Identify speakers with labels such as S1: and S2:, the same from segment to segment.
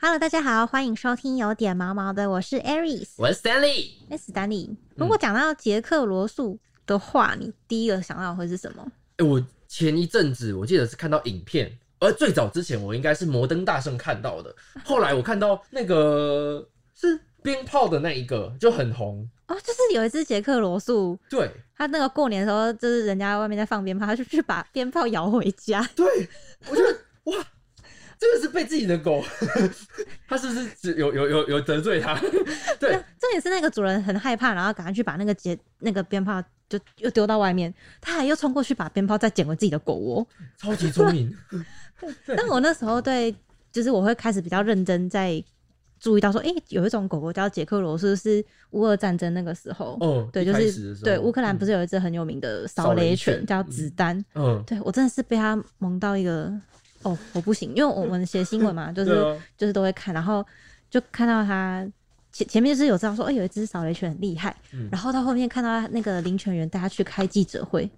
S1: Hello，大家好，欢迎收听有点毛毛的，我是 Aries，
S2: 我是 Stanley。
S1: 哎，史丹利。如果讲到捷克罗素的话，你第一个想到的会是什么？
S2: 哎、我前一阵子我记得是看到影片，而最早之前我应该是《摩登大圣》看到的，后来我看到那个是鞭炮的那一个就很红，
S1: 哦，就是有一只捷克罗素，
S2: 对
S1: 它那个过年的时候，就是人家外面在放鞭炮，它就去把鞭炮摇回家。
S2: 对，我觉得哇，这个是被自己的狗， 他是不是只有有有有得罪他？对，
S1: 重点是那个主人很害怕，然后赶快去把那个捷那个鞭炮就又丢到外面，他还又冲过去把鞭炮再捡回自己的狗窝。
S2: 超级 聪明， 对
S1: 但我那时候对，就是我会开始比较认真在注意到说，诶，有一种狗狗叫捷克罗素，是乌俄战争那个时候，
S2: 哦，
S1: 对，
S2: 一
S1: 就
S2: 开始的
S1: 是
S2: 时候嗯
S1: 对乌克兰不是有一只很有名的扫
S2: 扫
S1: 雷
S2: 雷
S1: 犬
S2: 犬
S1: 叫
S2: 嗯
S1: 子丹，
S2: 嗯，
S1: 对我真的是被它萌到一个，哦，我不行，因为我们写新闻 嘛，就
S2: 嗯
S1: 是
S2: 对啊，
S1: 就是都会看，然后就看到他前前面就是有知道说，哎、有一只扫雷犬很厉害，
S2: 嗯
S1: 然后到后面看到他那个林犬员带他去开记者会，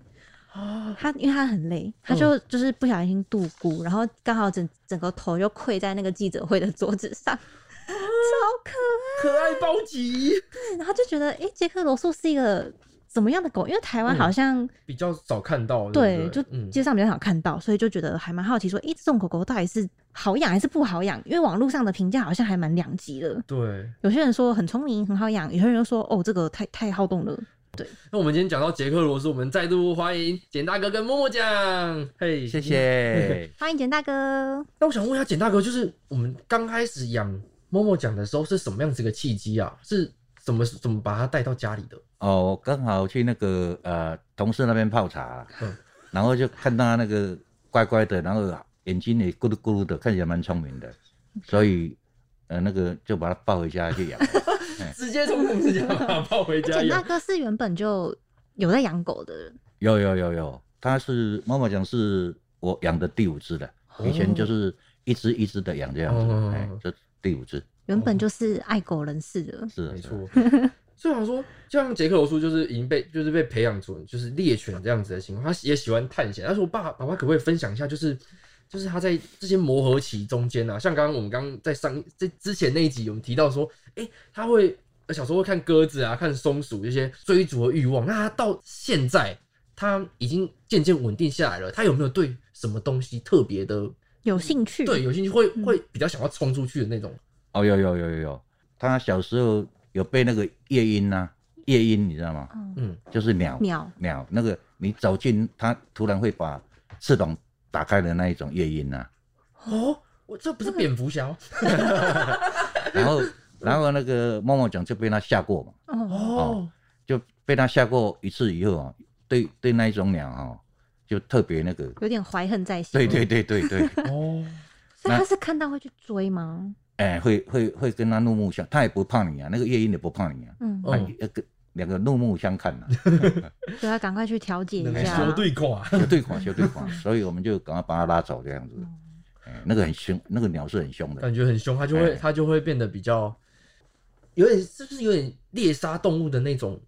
S2: 啊，嗯
S1: 他因为他很累，他就、就是不小心度孤，然后刚好整整个头就跪在那个记者会的桌子上， 超可
S2: 可爱包级，
S1: 爱，然后就觉得哎、诶捷克罗素是一个。怎么样的狗？因为台湾
S2: 嗯
S1: 好像、
S2: 比较少看到，
S1: 对，
S2: 不
S1: 就
S2: 嗯
S1: 街上比较少看到，所以就觉得还蛮好奇说，诶，这种狗狗到底是好养还是不好养？因为网络上的评价好像还蛮两极的。
S2: 对。
S1: 有些人说很聪明，很好养；有些人又说哦，这个太太好动了。
S2: 那我们今天讲到捷克罗斯，我们再度欢迎简大哥跟默默讲，嘿，
S3: 谢。谢。
S1: 欢迎简大哥。
S2: 那我想问一下简大哥，就是我们刚开始养默默讲的时候是什么样子一个契机啊？是怎么怎么把它带到家里的？
S3: 哦，我刚好去那个呃同事那边泡茶，
S2: 嗯
S3: 然后就看到他那个乖乖的，然后眼睛也咕噜咕噜的，看起来蛮聪明的，所以呃那个就把它抱回家 去养。
S2: 直接从同事家 把它抱回家
S1: 简大
S2: 养。
S1: 哥是原本就有在养狗的人，
S3: 有有有有，它是妈妈讲是我养的第五只了，以前就是一只一只的养这样子，
S2: 哦
S3: 哎、这第五只
S1: 原本就是爱狗人士的。
S3: 是的
S2: 没
S3: 是的啊
S2: 错。 所以想说，像捷克罗斯就是已经被就是被培养成就是猎犬这样子的情况，他也喜欢探险。但是我爸爸爸可不可以分享一下，就是就是他在这些磨合期中间啊，像刚刚我们刚刚在上这之前那一集，我们提到说，诶，他会呃小时候会看鸽子啊，看松鼠这些追逐的欲望。那他到现在，他已经渐渐稳定下来了，他有没有对什么东西特别的
S1: 有兴趣，
S2: 对有兴趣，会会比较想要冲出去的那种？
S3: 哦，有有有有有，他小时候有被那个夜莺呐、啊夜莺你知道吗？
S1: 嗯，
S2: 嗯，
S3: 就是鸟
S1: 鸟
S3: 鸟那个你走近，它突然会把翅膀打开的那一种夜莺啊，
S2: 哦，我这不是蝙蝠侠哦。
S3: 然 后然后那个梦梦讲就被它吓过嘛，
S1: 哦，
S2: 哦，
S3: 就被它吓过一次以后啊，对对那一种鸟啊、就特别那个，
S1: 有点怀恨在心。
S3: 对对，对对对，
S2: 哦，
S1: 所以他是看到会去追吗？
S3: 哎会会会跟它怒目相，它也不怕你啊，那个夜莺也不怕你啊，
S1: 嗯，
S2: 哦
S3: 哎呃跟两个怒目相看呐、啊
S1: 对他赶快去调解
S2: 那
S1: 一
S2: 个
S1: 下
S2: 小。对话，
S3: 啊，就对款就对款，所以我们就赶快把它拉走这样子，哎那个很凶，那个鸟是很凶的，
S2: 感觉很凶，它就会
S3: 哎
S2: 它就会变得比较，有点是不是有点猎杀动物的那种？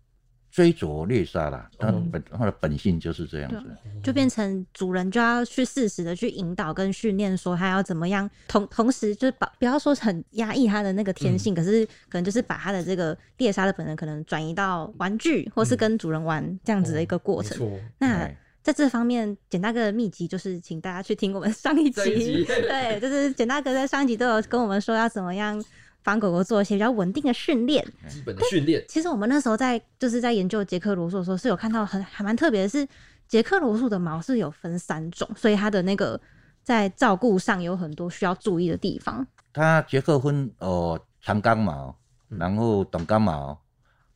S3: 追逐猎杀啦，它
S2: 哦
S3: 本它的本性就是这样子。
S1: 就变成主人就要去适时的去引导跟训练，说他要怎么样，同同时就是把不要说很压抑他的那个
S2: 嗯
S1: 天性，可是可能就是把他的这个猎杀的本能可能转移到玩具或是跟主人玩这样子的一个过程。
S2: 嗯哦没错
S1: 那
S3: 哎
S1: 在这方面，简大哥的秘籍就是请大家去听我们 上一
S2: 上一
S1: 集，
S2: 集
S1: 对，就是简大哥在上一集都有跟我们说要怎么样帮狗狗做一些比较稳定的训练。
S3: 哎
S2: 基本的训练，
S1: 其实我们那时候在就是在研究捷克罗素的时候，是有看到很还蛮特别的是，捷克罗素的毛是有分三种，所以它的那个在照顾上有很多需要注意的地方。
S3: 它结克分哦，长刚毛，
S2: 嗯
S3: 然后短刚毛，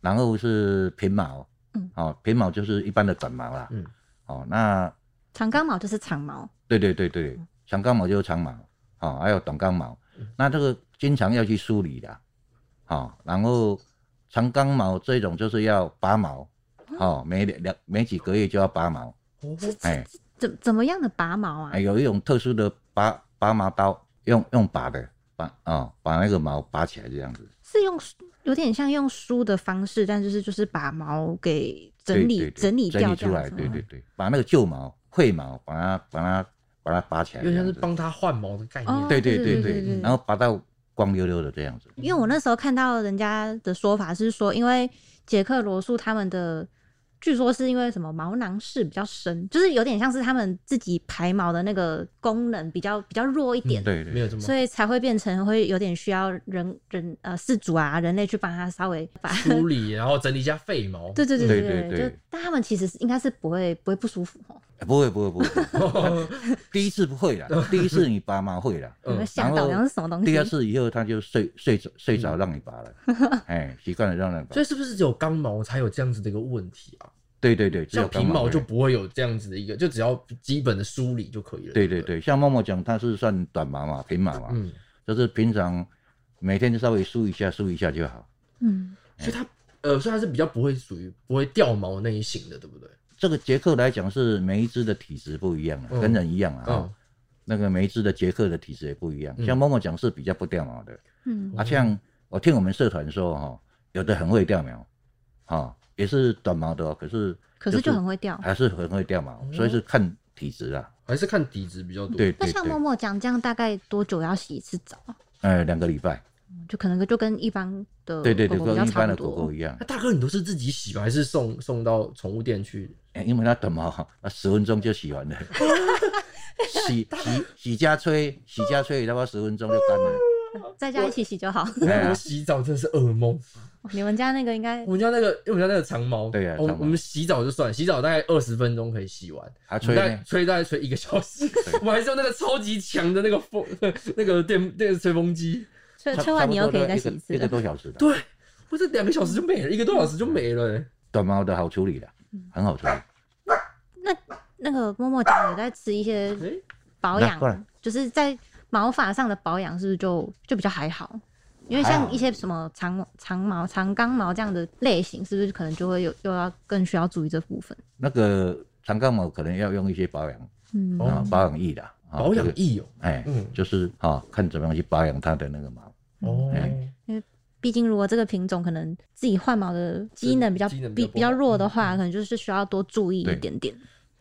S3: 然后是平毛
S1: 嗯，
S3: 哦，平毛就是一般的短毛啦
S2: 嗯，
S3: 哦，那
S1: 长刚毛就是长毛，
S3: 对对对对，长刚毛就是长毛，哦，还有短刚毛
S2: 嗯，
S3: 那这个经常要去梳理的，哦，然后长刚毛这种就是要拔毛，
S2: 嗯
S3: 哦，每两两每几个月就要拔毛，
S2: 哦
S3: 哎，
S1: 怎怎么样的拔毛啊
S3: 哎，？有一种特殊的拔拔毛刀，用用拔的，拔啊、哦把那个毛拔起来这样子。
S1: 是用有点像用梳的方式，但就是就是把毛给整理
S3: 对对对
S1: 整理
S3: 整
S1: 掉
S3: 理
S1: 这
S3: 出
S1: 样
S3: 来，
S1: 子啊
S3: 对
S1: 吗。
S3: 对对，把那个旧毛、废毛，把它把它把它拔起来
S2: 有
S3: 这
S2: 点像
S3: 样
S2: 是
S3: 子。
S2: 帮它换毛的概念。
S1: 哦
S3: 对对
S1: 对对
S3: 对
S1: 对对
S3: 对，然后拔到光溜溜的这样子。
S1: 因为我那时候看到人家的说法是说，因为捷克罗素他们的据说是因为什么毛囊室比较深，就是有点像是他们自己排毛的那个功能比较比较弱一点，
S3: 嗯对
S2: 没
S3: 对，
S2: 有这么，
S1: 所以才会变成会有点需要人人呃饲主啊人类去帮他稍微 把。
S2: 梳理，然后整理一下废毛。
S1: 啊对对对
S3: 对
S1: 对
S3: 对
S1: 对，
S3: 对
S1: 就但他们其实是应该是不会不会不舒服哦，
S3: 哎不会不会 不会，不会第一次不会啦，第一次你拔毛会 啦，
S1: 有
S2: 嗯
S1: 没有吓到？
S3: 然后
S1: 然后是什么东西？
S3: 第二次以后他就睡睡着睡着让你拔 了，哎，习惯了让人 拔
S2: 所。以是不是只有刚毛才有这样子的一个问题啊？
S3: 对对对，只有
S2: 像
S3: 刚
S2: 平毛
S3: 会
S2: 就不会有这样子的一个，就只要基本的梳理就可以了。
S3: 对
S2: 对
S3: 对
S2: 不对，
S3: 对，像默默讲，他是算短毛嘛，平毛嘛，
S2: 嗯，
S3: 就是平常每天稍微梳一下梳一下就好。
S1: 嗯，
S2: 所以它呃，所以它是比较不会属于不会掉毛那一型的，对不对？
S3: 这个杰克来讲是每一只的体质不一样啊，
S2: 嗯
S3: 跟人一样啊。
S2: 嗯，
S3: 那个每一只的杰克的体质也不一样，
S2: 嗯
S3: 像默默讲是比较不掉毛的，
S1: 嗯，
S3: 啊，像我听我们社团说哈、有的很会掉毛，啊、也是短毛的哦，可是
S1: 可是就很会掉。
S3: 还是很会掉毛，
S2: 哦
S3: 所以是看体质啊啦。
S2: 还是看底子比较多。
S3: 对
S1: 那
S3: 对
S1: 像
S3: 对
S1: 默，默讲这样，大概多久要洗一次澡？
S3: 呃，两个礼拜，
S1: 就可能就跟一般的
S3: 对对对，
S1: 呃狗狗比
S3: 跟
S1: 较
S3: 一
S1: 差
S3: 般
S1: 不
S3: 的狗
S1: 多
S3: 狗。一样
S2: 那，大哥，你都是自己洗吗？还是送送到宠物店去？
S3: 哎因为它短毛， 啊，十分钟就洗 完了，洗洗洗加吹，洗加吹，差不多十分钟就干了。
S1: 在家一起洗就好。
S3: 哎呀
S2: 我洗澡真的是噩 梦。
S1: 你们家那个应该
S2: 我们家那个，因为我们家那个长毛，
S3: 对啊
S2: 我们
S3: 长毛
S2: 我们洗澡就算，洗澡大概二十分钟可以洗完，
S3: 啊吹呢
S2: 大概吹大概吹一个小 时，我们还是用那个超级强的那个风， 那个电那个吹风机，
S1: 吹
S3: 差
S1: 吹完你又
S3: 差不
S1: 可以
S3: 多
S1: 再
S3: 一
S1: 洗
S3: 个
S1: 一次
S3: 一个
S1: 了。
S3: 多小时的。
S2: 对，我这两个小时就没了，一个多小时就没了、欸。
S3: 短毛的好处理的，
S2: 嗯
S3: 很好处理。
S1: 那个默默讲有在吃一
S3: 啊
S1: 些
S2: 哎、
S1: 保
S3: 那过来
S1: 养，就是在毛发上的保养，是不是就就比较还好？因为
S3: 还
S1: 像
S3: 好
S1: 一些什么长毛、长毛、长刚毛这样的类型，是不是可能就会有又要更需要注意这部分？
S3: 那个长肛毛可能要用一些保养
S1: 嗯，
S2: 哦
S3: 啊，保养液的啊
S2: 保
S3: 这
S2: 养
S3: 个
S2: 液哦、
S3: 哎
S2: 嗯，
S3: 就是啊，看怎么样去保养它的那个毛。
S2: 哦、
S3: 哎
S1: 毕竟如果这个品种可能自己换毛的机能比较
S2: 机能比
S1: 比
S2: 较不好
S1: 比较弱的话，可能就是需要多注意一
S3: 对
S1: 点点。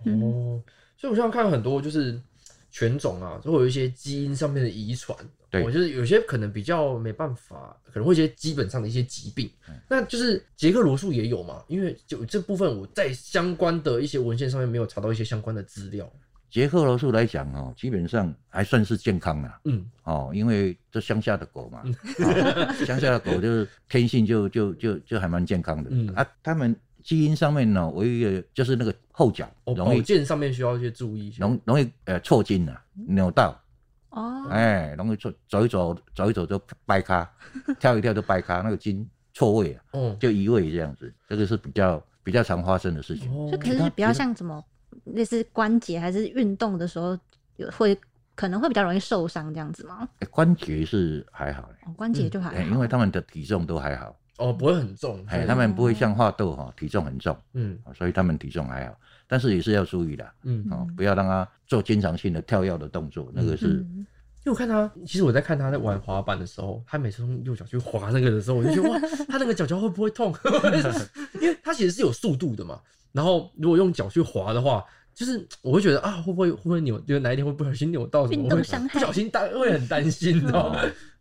S3: 嗯
S2: 哦，所以我现在看很多就是犬种啊，都会有一些基因上面的遗传。
S3: 对
S2: 我就是有些可能比较没办法，可能会有一些基本上的一些疾病。
S3: 嗯
S2: 那就是捷克罗素也有嘛，因为就这部分我在相关的一些文献上面没有查到一些相关的资料。
S3: 捷克罗素来讲哦，基本上还算是健康啦。
S2: 嗯，
S3: 哦，因为这乡下的狗嘛，哦乡、下的狗就是天性就就就就还蛮健康的、
S2: 嗯
S3: 啊。它们基因上面呢，唯一的就是那个后脚
S2: 哦，
S3: 容
S2: 保
S3: 易
S2: 健上面需要一些注意一些。
S3: 容容易呃错筋啊，
S2: 嗯
S3: 扭到，
S1: 哦，
S3: 哎，容易错走一走走一走就掰咖， 跳一跳就掰咖，那个筋错位啊，
S2: 哦，
S3: 就移位这样子，这个是比较比较常发生的事情。
S1: 就
S2: 哦
S1: 可是比较像什么类似关节还是运动的时候有会可能会比较容易受伤这样子吗？
S3: 哎关节是还好、欸
S1: 哦，关
S2: 嗯
S1: 节就还
S3: 哎，
S1: 好
S3: 因为他们的体重都还好，
S2: 哦，不会很重。
S3: 哎，
S2: 对
S3: 他们不会像画豆哈、体重很重，
S2: 嗯
S3: 所以他们体重还好，但是也是要注意的
S2: 嗯，
S3: 哦
S1: 嗯，
S3: 不要让他做经常性的跳跃的动作，那个是
S1: 嗯
S2: 因为我看他，其实我在看他在玩滑板的时候，他每次用右脚去滑那个的时候，我就觉得 哇，他那个脚脚会不会痛？ 因为他其实是有速度的嘛。然后如果用脚去滑的话，就是我会觉得啊，会不会会不会扭？就是哪一天会不小心扭到什么？
S1: 运
S2: 我
S1: 动
S2: 会
S1: 伤害哦
S2: 不小心担会很担心，你知道吗？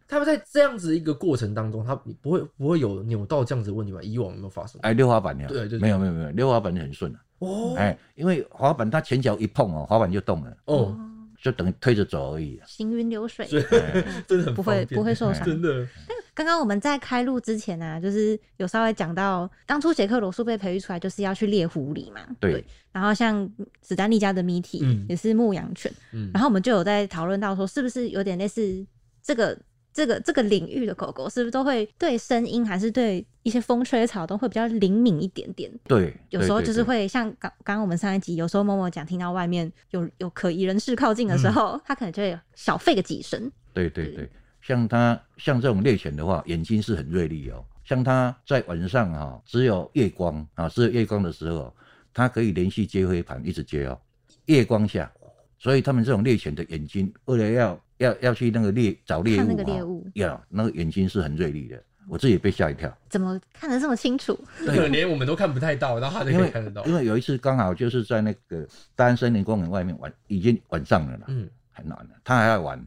S2: 他们在这样子一个过程当中，他不会不会有扭到这样子的问题吧？以往有没有发生？
S3: 哎溜滑板呀，
S2: 对对对
S3: 没有没有没有，溜滑板很顺啊，
S2: 哦
S3: 哎，因为滑板它前脚一碰哦，滑板就动了，
S2: 哦，
S3: 就等于推着走而已啊。
S1: 行云流 水，
S2: 所以
S3: 哎
S2: 哦真的很
S1: 不会
S2: 方便
S1: 不会受伤。
S2: 真的
S1: 刚刚我们在开录之前啊，就是有稍微讲到，当初杰克罗素被培育出来就是要去猎狐狸嘛，
S3: 对
S1: 然后像史丹利家的米体、
S2: 嗯
S1: 也是牧羊犬，
S2: 嗯
S1: 然后我们就有在讨论到说，是不是有点类似这个这个这个领域的狗狗，是不是都会对声音还是对一些风吹草动会比较灵敏一点点？
S3: 对，
S1: 有时候
S3: 对对
S1: 就是
S3: 对
S1: 会像刚刚刚我们上一集，有时候默默讲听到外面有有可疑人士靠近的时
S3: 嗯
S1: 候，它可能就会小吠个几声。
S3: 对对
S1: 嗯
S3: 对，像它像这种猎犬的话，眼睛是很锐利哦。像它在晚上哈、啊只有月光啊，只有月光的时候，它可以连续接飞盘，一直接哦。夜光下，所以他们这种猎犬的眼睛，为了要要要去那个猎找猎物、
S1: 看
S3: 啊，
S1: 那个猎物
S3: 要那个眼睛是很锐利的。我自己也被吓一跳，
S1: 怎么看得这么清楚？
S2: 可连我们都看不太到，然后他就
S3: 因
S2: 可以
S3: 为
S2: 看得到
S3: 因。为有一次刚好就是在那个大安森林公园外面晚，已经晚上了啦，
S2: 嗯，
S3: 啊很晚了，他还在玩，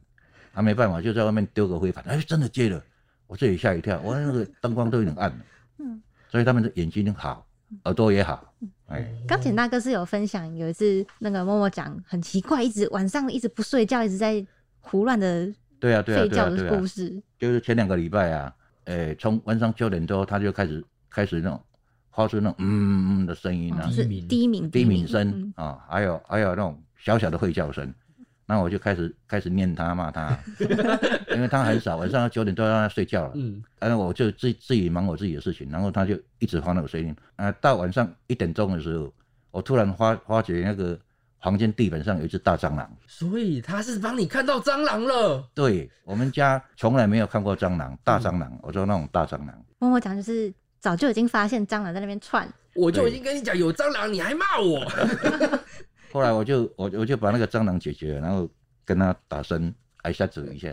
S3: 啊，没办法，就在外面丢个灰盘，哎，真的接了，我自己吓一跳，我那个灯光都有点暗，
S1: 嗯，
S3: 所以他们的眼睛好，耳朵也好，哎，
S1: 钢琴大哥是有分享，有一次那个默默讲很奇怪，一直晚上一直不睡觉，一直在胡乱的
S3: 对啊，对啊，
S1: 睡
S3: 对啊，
S1: 觉
S3: 对
S1: 的
S3: 啊
S1: 故，事。
S3: 就是前两个礼拜啊，哎，从晚上九点多他就开始开始那种发出那种嗯嗯嗯的声音啊
S1: 就，是
S2: 低鸣
S1: 低鸣，
S3: 低鸣声
S1: 嗯
S3: 啊，还有还有那种小小的吠叫声，那我就开始开始念他骂他，因为他很少，晚上九点多让他睡觉了，
S2: 嗯，
S3: 然后我就自自己忙我自己的事情，然后他就一直发那个声音啊，到晚上一点钟的时候，我突然发发觉那个房间地板上有一只大蟑螂，
S2: 所以他是帮你看到蟑螂了，
S3: 对我们家从来没有看过蟑螂，大蟑螂，我说那种大蟑螂，
S1: 默默讲就是早就已经发现蟑螂在那边窜，
S2: 我就已经跟你讲有蟑螂，你还骂我，
S3: 后来我就我我就把那个蟑螂解决了，然后跟他打声挨下嘴一下，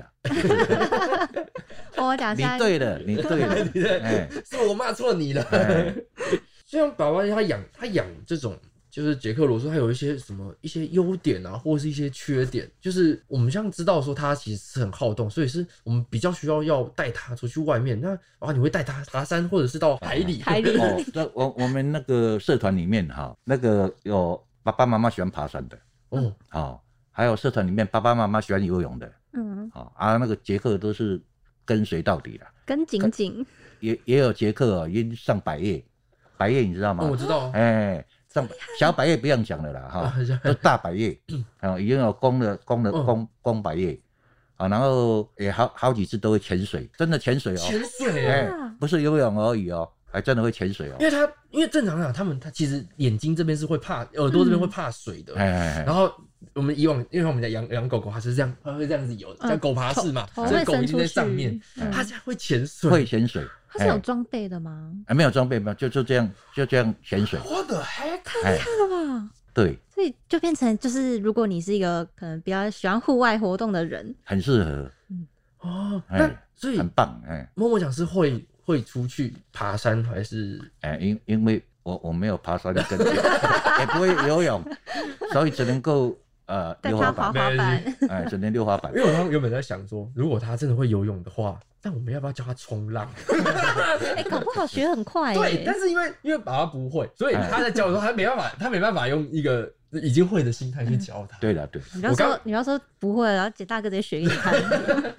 S1: 默默讲
S3: 你
S1: 现在
S3: 对了，你对了。
S2: 对不对
S3: 哎
S2: 是我骂错你了。
S3: 哎，
S2: 虽然宝宝他养他养这种就是杰克罗素，他有一些什么一些优点啊，或是一些缺点，就是我们像知道说他其实是很好动，所以是我们比较需要要带他出去外面。那啊，你会带他爬山，或者是到海里？
S1: 海里
S3: 哦，这我我们那个社团里面哈，那个有爸爸妈妈喜欢爬山的，
S2: 哦，
S3: 哦，还有社团里面爸爸妈妈喜欢游泳的，
S1: 嗯
S3: 哦啊，那个杰克都是跟随到底的，
S1: 跟紧紧，
S3: 也也有杰克哦，已经上百叶，百叶你知道吗
S2: 那、？我知道啊，
S3: 哎，上百小百叶不用讲了啦哈，
S2: 好像
S3: 都大百叶，啊，已经有公的公的
S2: 嗯
S3: 公公百叶，啊，然后也好好几次都会潜水，真的潜水哦，
S2: 潜水
S3: 哎
S2: 欸。
S1: 啊，
S3: 不是游泳而已哦，还真的会潜水哦
S2: 因，为他，因为正常来讲，他们他其实眼睛这边是会怕，耳朵这边会怕水的。
S3: 哎哎哎
S2: 然，后我们以往，因为我们家养养狗狗，它是这样，它会这样子游，
S1: 嗯
S2: 像狗爬式嘛，
S1: 头
S2: 所
S1: 会
S2: 以狗
S1: 伸
S2: 已经
S1: 出
S2: 在
S1: 去，
S2: 上面，
S1: 嗯
S2: 它现在会潜水。
S3: 会潜水，
S1: 它是有
S3: 哎
S1: 装备的吗？
S3: 啊，没有装备嘛，就就这样就这样潜水，
S2: What the heck？
S3: 哎，
S1: 看了吧，
S3: 对，
S1: 所以就变成就是，如果你是一个可能比较喜欢户外活动的人，
S3: 很适合，
S2: 哦，
S3: 哎
S2: 那所以
S3: 很棒，哎
S2: 默默讲是会会出去爬山还是？
S3: 哎，因因为我我没有爬山跟也不会游泳，所以只能够呃
S1: 带
S3: 溜
S1: 它
S3: 滑
S1: 滑
S3: 板，
S1: 滑板
S2: 没，
S3: 哎，只能溜滑板
S2: 因，为我刚刚原本在想说，如果他真的会游泳的话，那我们要不要教他冲浪？
S1: 哎，搞不好学很快
S2: 对，
S1: 耶
S2: 但。是因为因为爸爸不会，所
S3: 哎
S2: 以他在教的时候，他没办法，他没办法用一个已经会的心态去教他。
S3: 对了对，
S1: 你要
S2: 我刚
S1: 说你要说不会，然后简大哥直接学给你 看，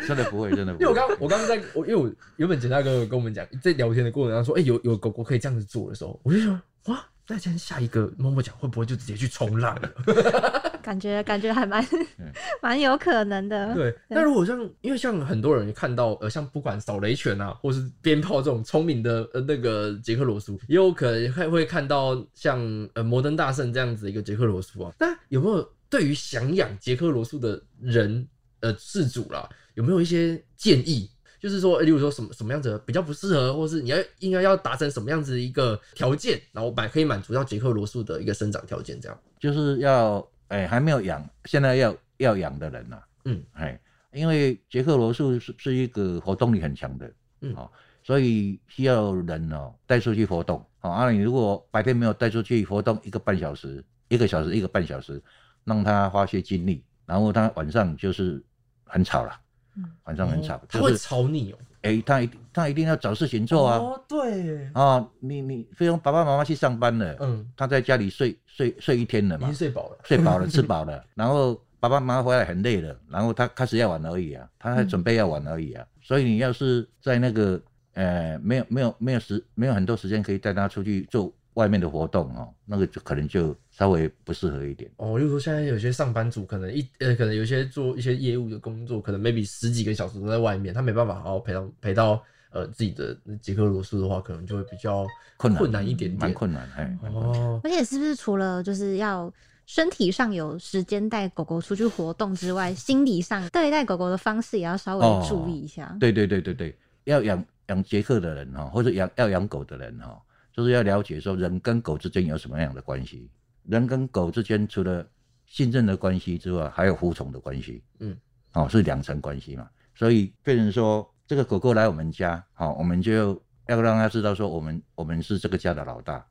S3: 真的不会，真的不
S2: 因为我
S3: 会，
S2: 刚我刚刚在，我因为我原本简大哥跟我们讲，在聊天的过程当中说，哎、有有狗狗可以这样子做的时候，我就想，哇，那今天下一个默默讲会不会就直接去冲浪了？
S1: 感觉感觉还蛮
S3: 嗯
S1: 蛮有可能的。
S2: 啊对，那如果像因为像很多人看到呃，像不管扫雷拳啊，或是鞭炮这种聪明的呃那个杰克罗素，也有可能会会看到像呃摩登大圣这样子一个杰克罗素啊。那有没有对于想养杰克罗素的人呃事主啦，有没有一些建议？就是说，呃例如说什么什么样子比较不适合，或是你要应该要达成什么样子一个条件，然后满可以满足到杰克罗素的一个生长条件，这样。
S3: 就是要哎还没有养，现在要要养的人呐、
S2: 嗯，
S3: 哎，因为杰克罗素是是一个活动力很强的，
S2: 嗯
S3: 哦，所以需要人哦带出去活动，好、啊，你如果白天没有带出去活动一个半小时、一个小时、一个半小时，让他发泄精力，然后他晚上就是很吵了
S1: 嗯，
S3: 晚上很吵，
S2: 他
S3: 就
S2: 会
S3: 是
S2: 吵你哦、
S3: 哎、他一他一定要找事情做啊，
S2: 哦，对，
S3: 啊、你你非常爸爸妈妈去上班了，
S2: 嗯，
S3: 他在家里睡睡睡一天了
S2: 已
S3: 嘛
S2: 经，睡饱了。
S3: 睡 饱了，吃饱了，然后爸爸妈妈回来很累了，然后他开始要玩而已啊，他还准备要玩而已啊。所以你要是在那个呃没有没有没有时没有很多时间可以带他出去做外面的活动哦，那个就可能就稍微不适合一点。
S2: 哦，例如说现在有些上班族可能一呃，可能有些做一些业务的工作，可能 maybe 十几个小时都在外面，他没办法好好陪到陪到呃自己的杰克罗素的话，可能就会比较
S3: 困难
S2: 困难一点
S3: 蛮
S2: 点。
S3: 困难，哎，蛮困难
S2: 哦，
S1: 而且是不是除了就是要身体上有时间带狗狗出去活动之外，心理上对待狗狗的方式也要稍
S2: 哦
S1: 微注意一下。
S3: 对对对对对，要养养杰克的人哈、哦，或者养要养狗的人哈、哦，就是要了解说人跟狗之间有什么样的关系。人跟狗之间除了信任的关系之外，还有服从的关系。
S2: 嗯，
S3: 哦，是两层关系嘛。所以变成说，这个狗狗来我们家，好、我们就要让它知道说，我们我们是这个家的老大。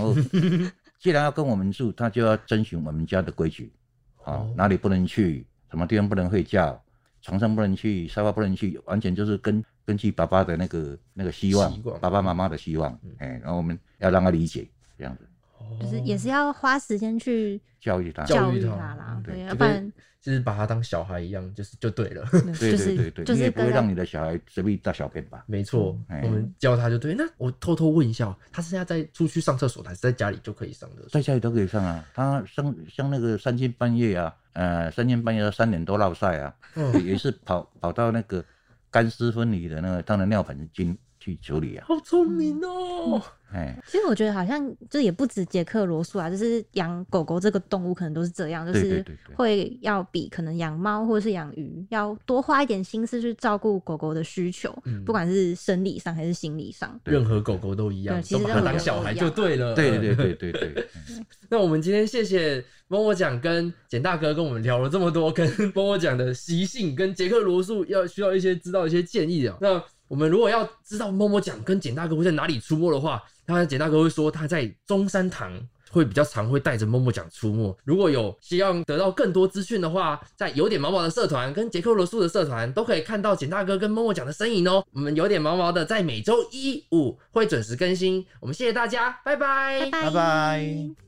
S3: 后，既然要跟我们住，它就要遵循我们家的规矩。好、
S2: 哦
S3: 哪里不能去，什么地方不能睡觉，床上不能去，沙发不能去，完全就是根根据爸爸的那个那个希望
S2: 习惯，
S3: 爸爸妈妈的希望
S2: 嗯，
S3: 哎、然后我们要让他理解这样子，
S1: 就是也
S3: 哦
S1: 是要花时间去
S3: 教育他。
S2: 哦教育
S1: 教育
S2: 他
S1: 他啦，
S3: 对
S1: 对，
S2: 就
S1: 要
S2: 跟
S1: 不然
S2: 就是把他当小孩一样，就是 就对了，
S1: 就
S3: 对对
S1: 是
S3: 对对，
S1: 就
S3: 你也
S1: 是
S3: 不会
S1: 跟
S3: 让
S1: 他
S3: 你的小孩随便大小便吧？
S2: 没错，
S3: 哎
S2: 我们教他就对。那我偷偷问一下哦，他现在在出去上厕所，还是在家里就可以上厕所？
S3: 在家里都可以上啊。他像像那个三更半夜啊，呃，三更半夜到三点多落晒啊，
S2: 嗯，
S3: 也是跑跑到那个干湿分离的那个他的尿盆进去处理啊。
S2: 好聪明哦！
S3: 哎，
S1: 其实我觉得好像就也不止捷克罗素啊，就是养狗狗这个动物可能都是这样，就
S3: 对对
S1: 是
S3: 对对
S1: 会要比可能养猫或者是养鱼要多花一点心思去照顾狗狗的需求，
S2: 嗯
S1: 不管是生理上还是心理上。
S3: 对
S2: 任何狗狗都一样
S1: 对，其
S2: 都
S1: 实
S2: 把它
S1: 任何
S2: 当
S1: 狗
S2: 小
S1: 都
S2: 孩
S1: 一
S2: 就
S1: 样
S2: 对了。
S3: 对对对对对对，嗯
S2: 那我们今天谢谢波波奖跟简大哥跟我们聊了这么多，跟波波奖的习性跟杰克罗素要需要一些知道一些建议啊。那我们如果要知道摸摸奖跟简大哥会在哪里出没的话，他简大哥会说他在中山堂会比较常会带着摸摸奖出没。如果有希望得到更多资讯的话，在有点毛毛的社团跟杰克罗素的社团都可以看到简大哥跟摸摸奖的身影哦。我们有点毛毛的在每周一五会准时更新，我们谢谢大家，拜拜
S1: 拜
S3: 拜拜。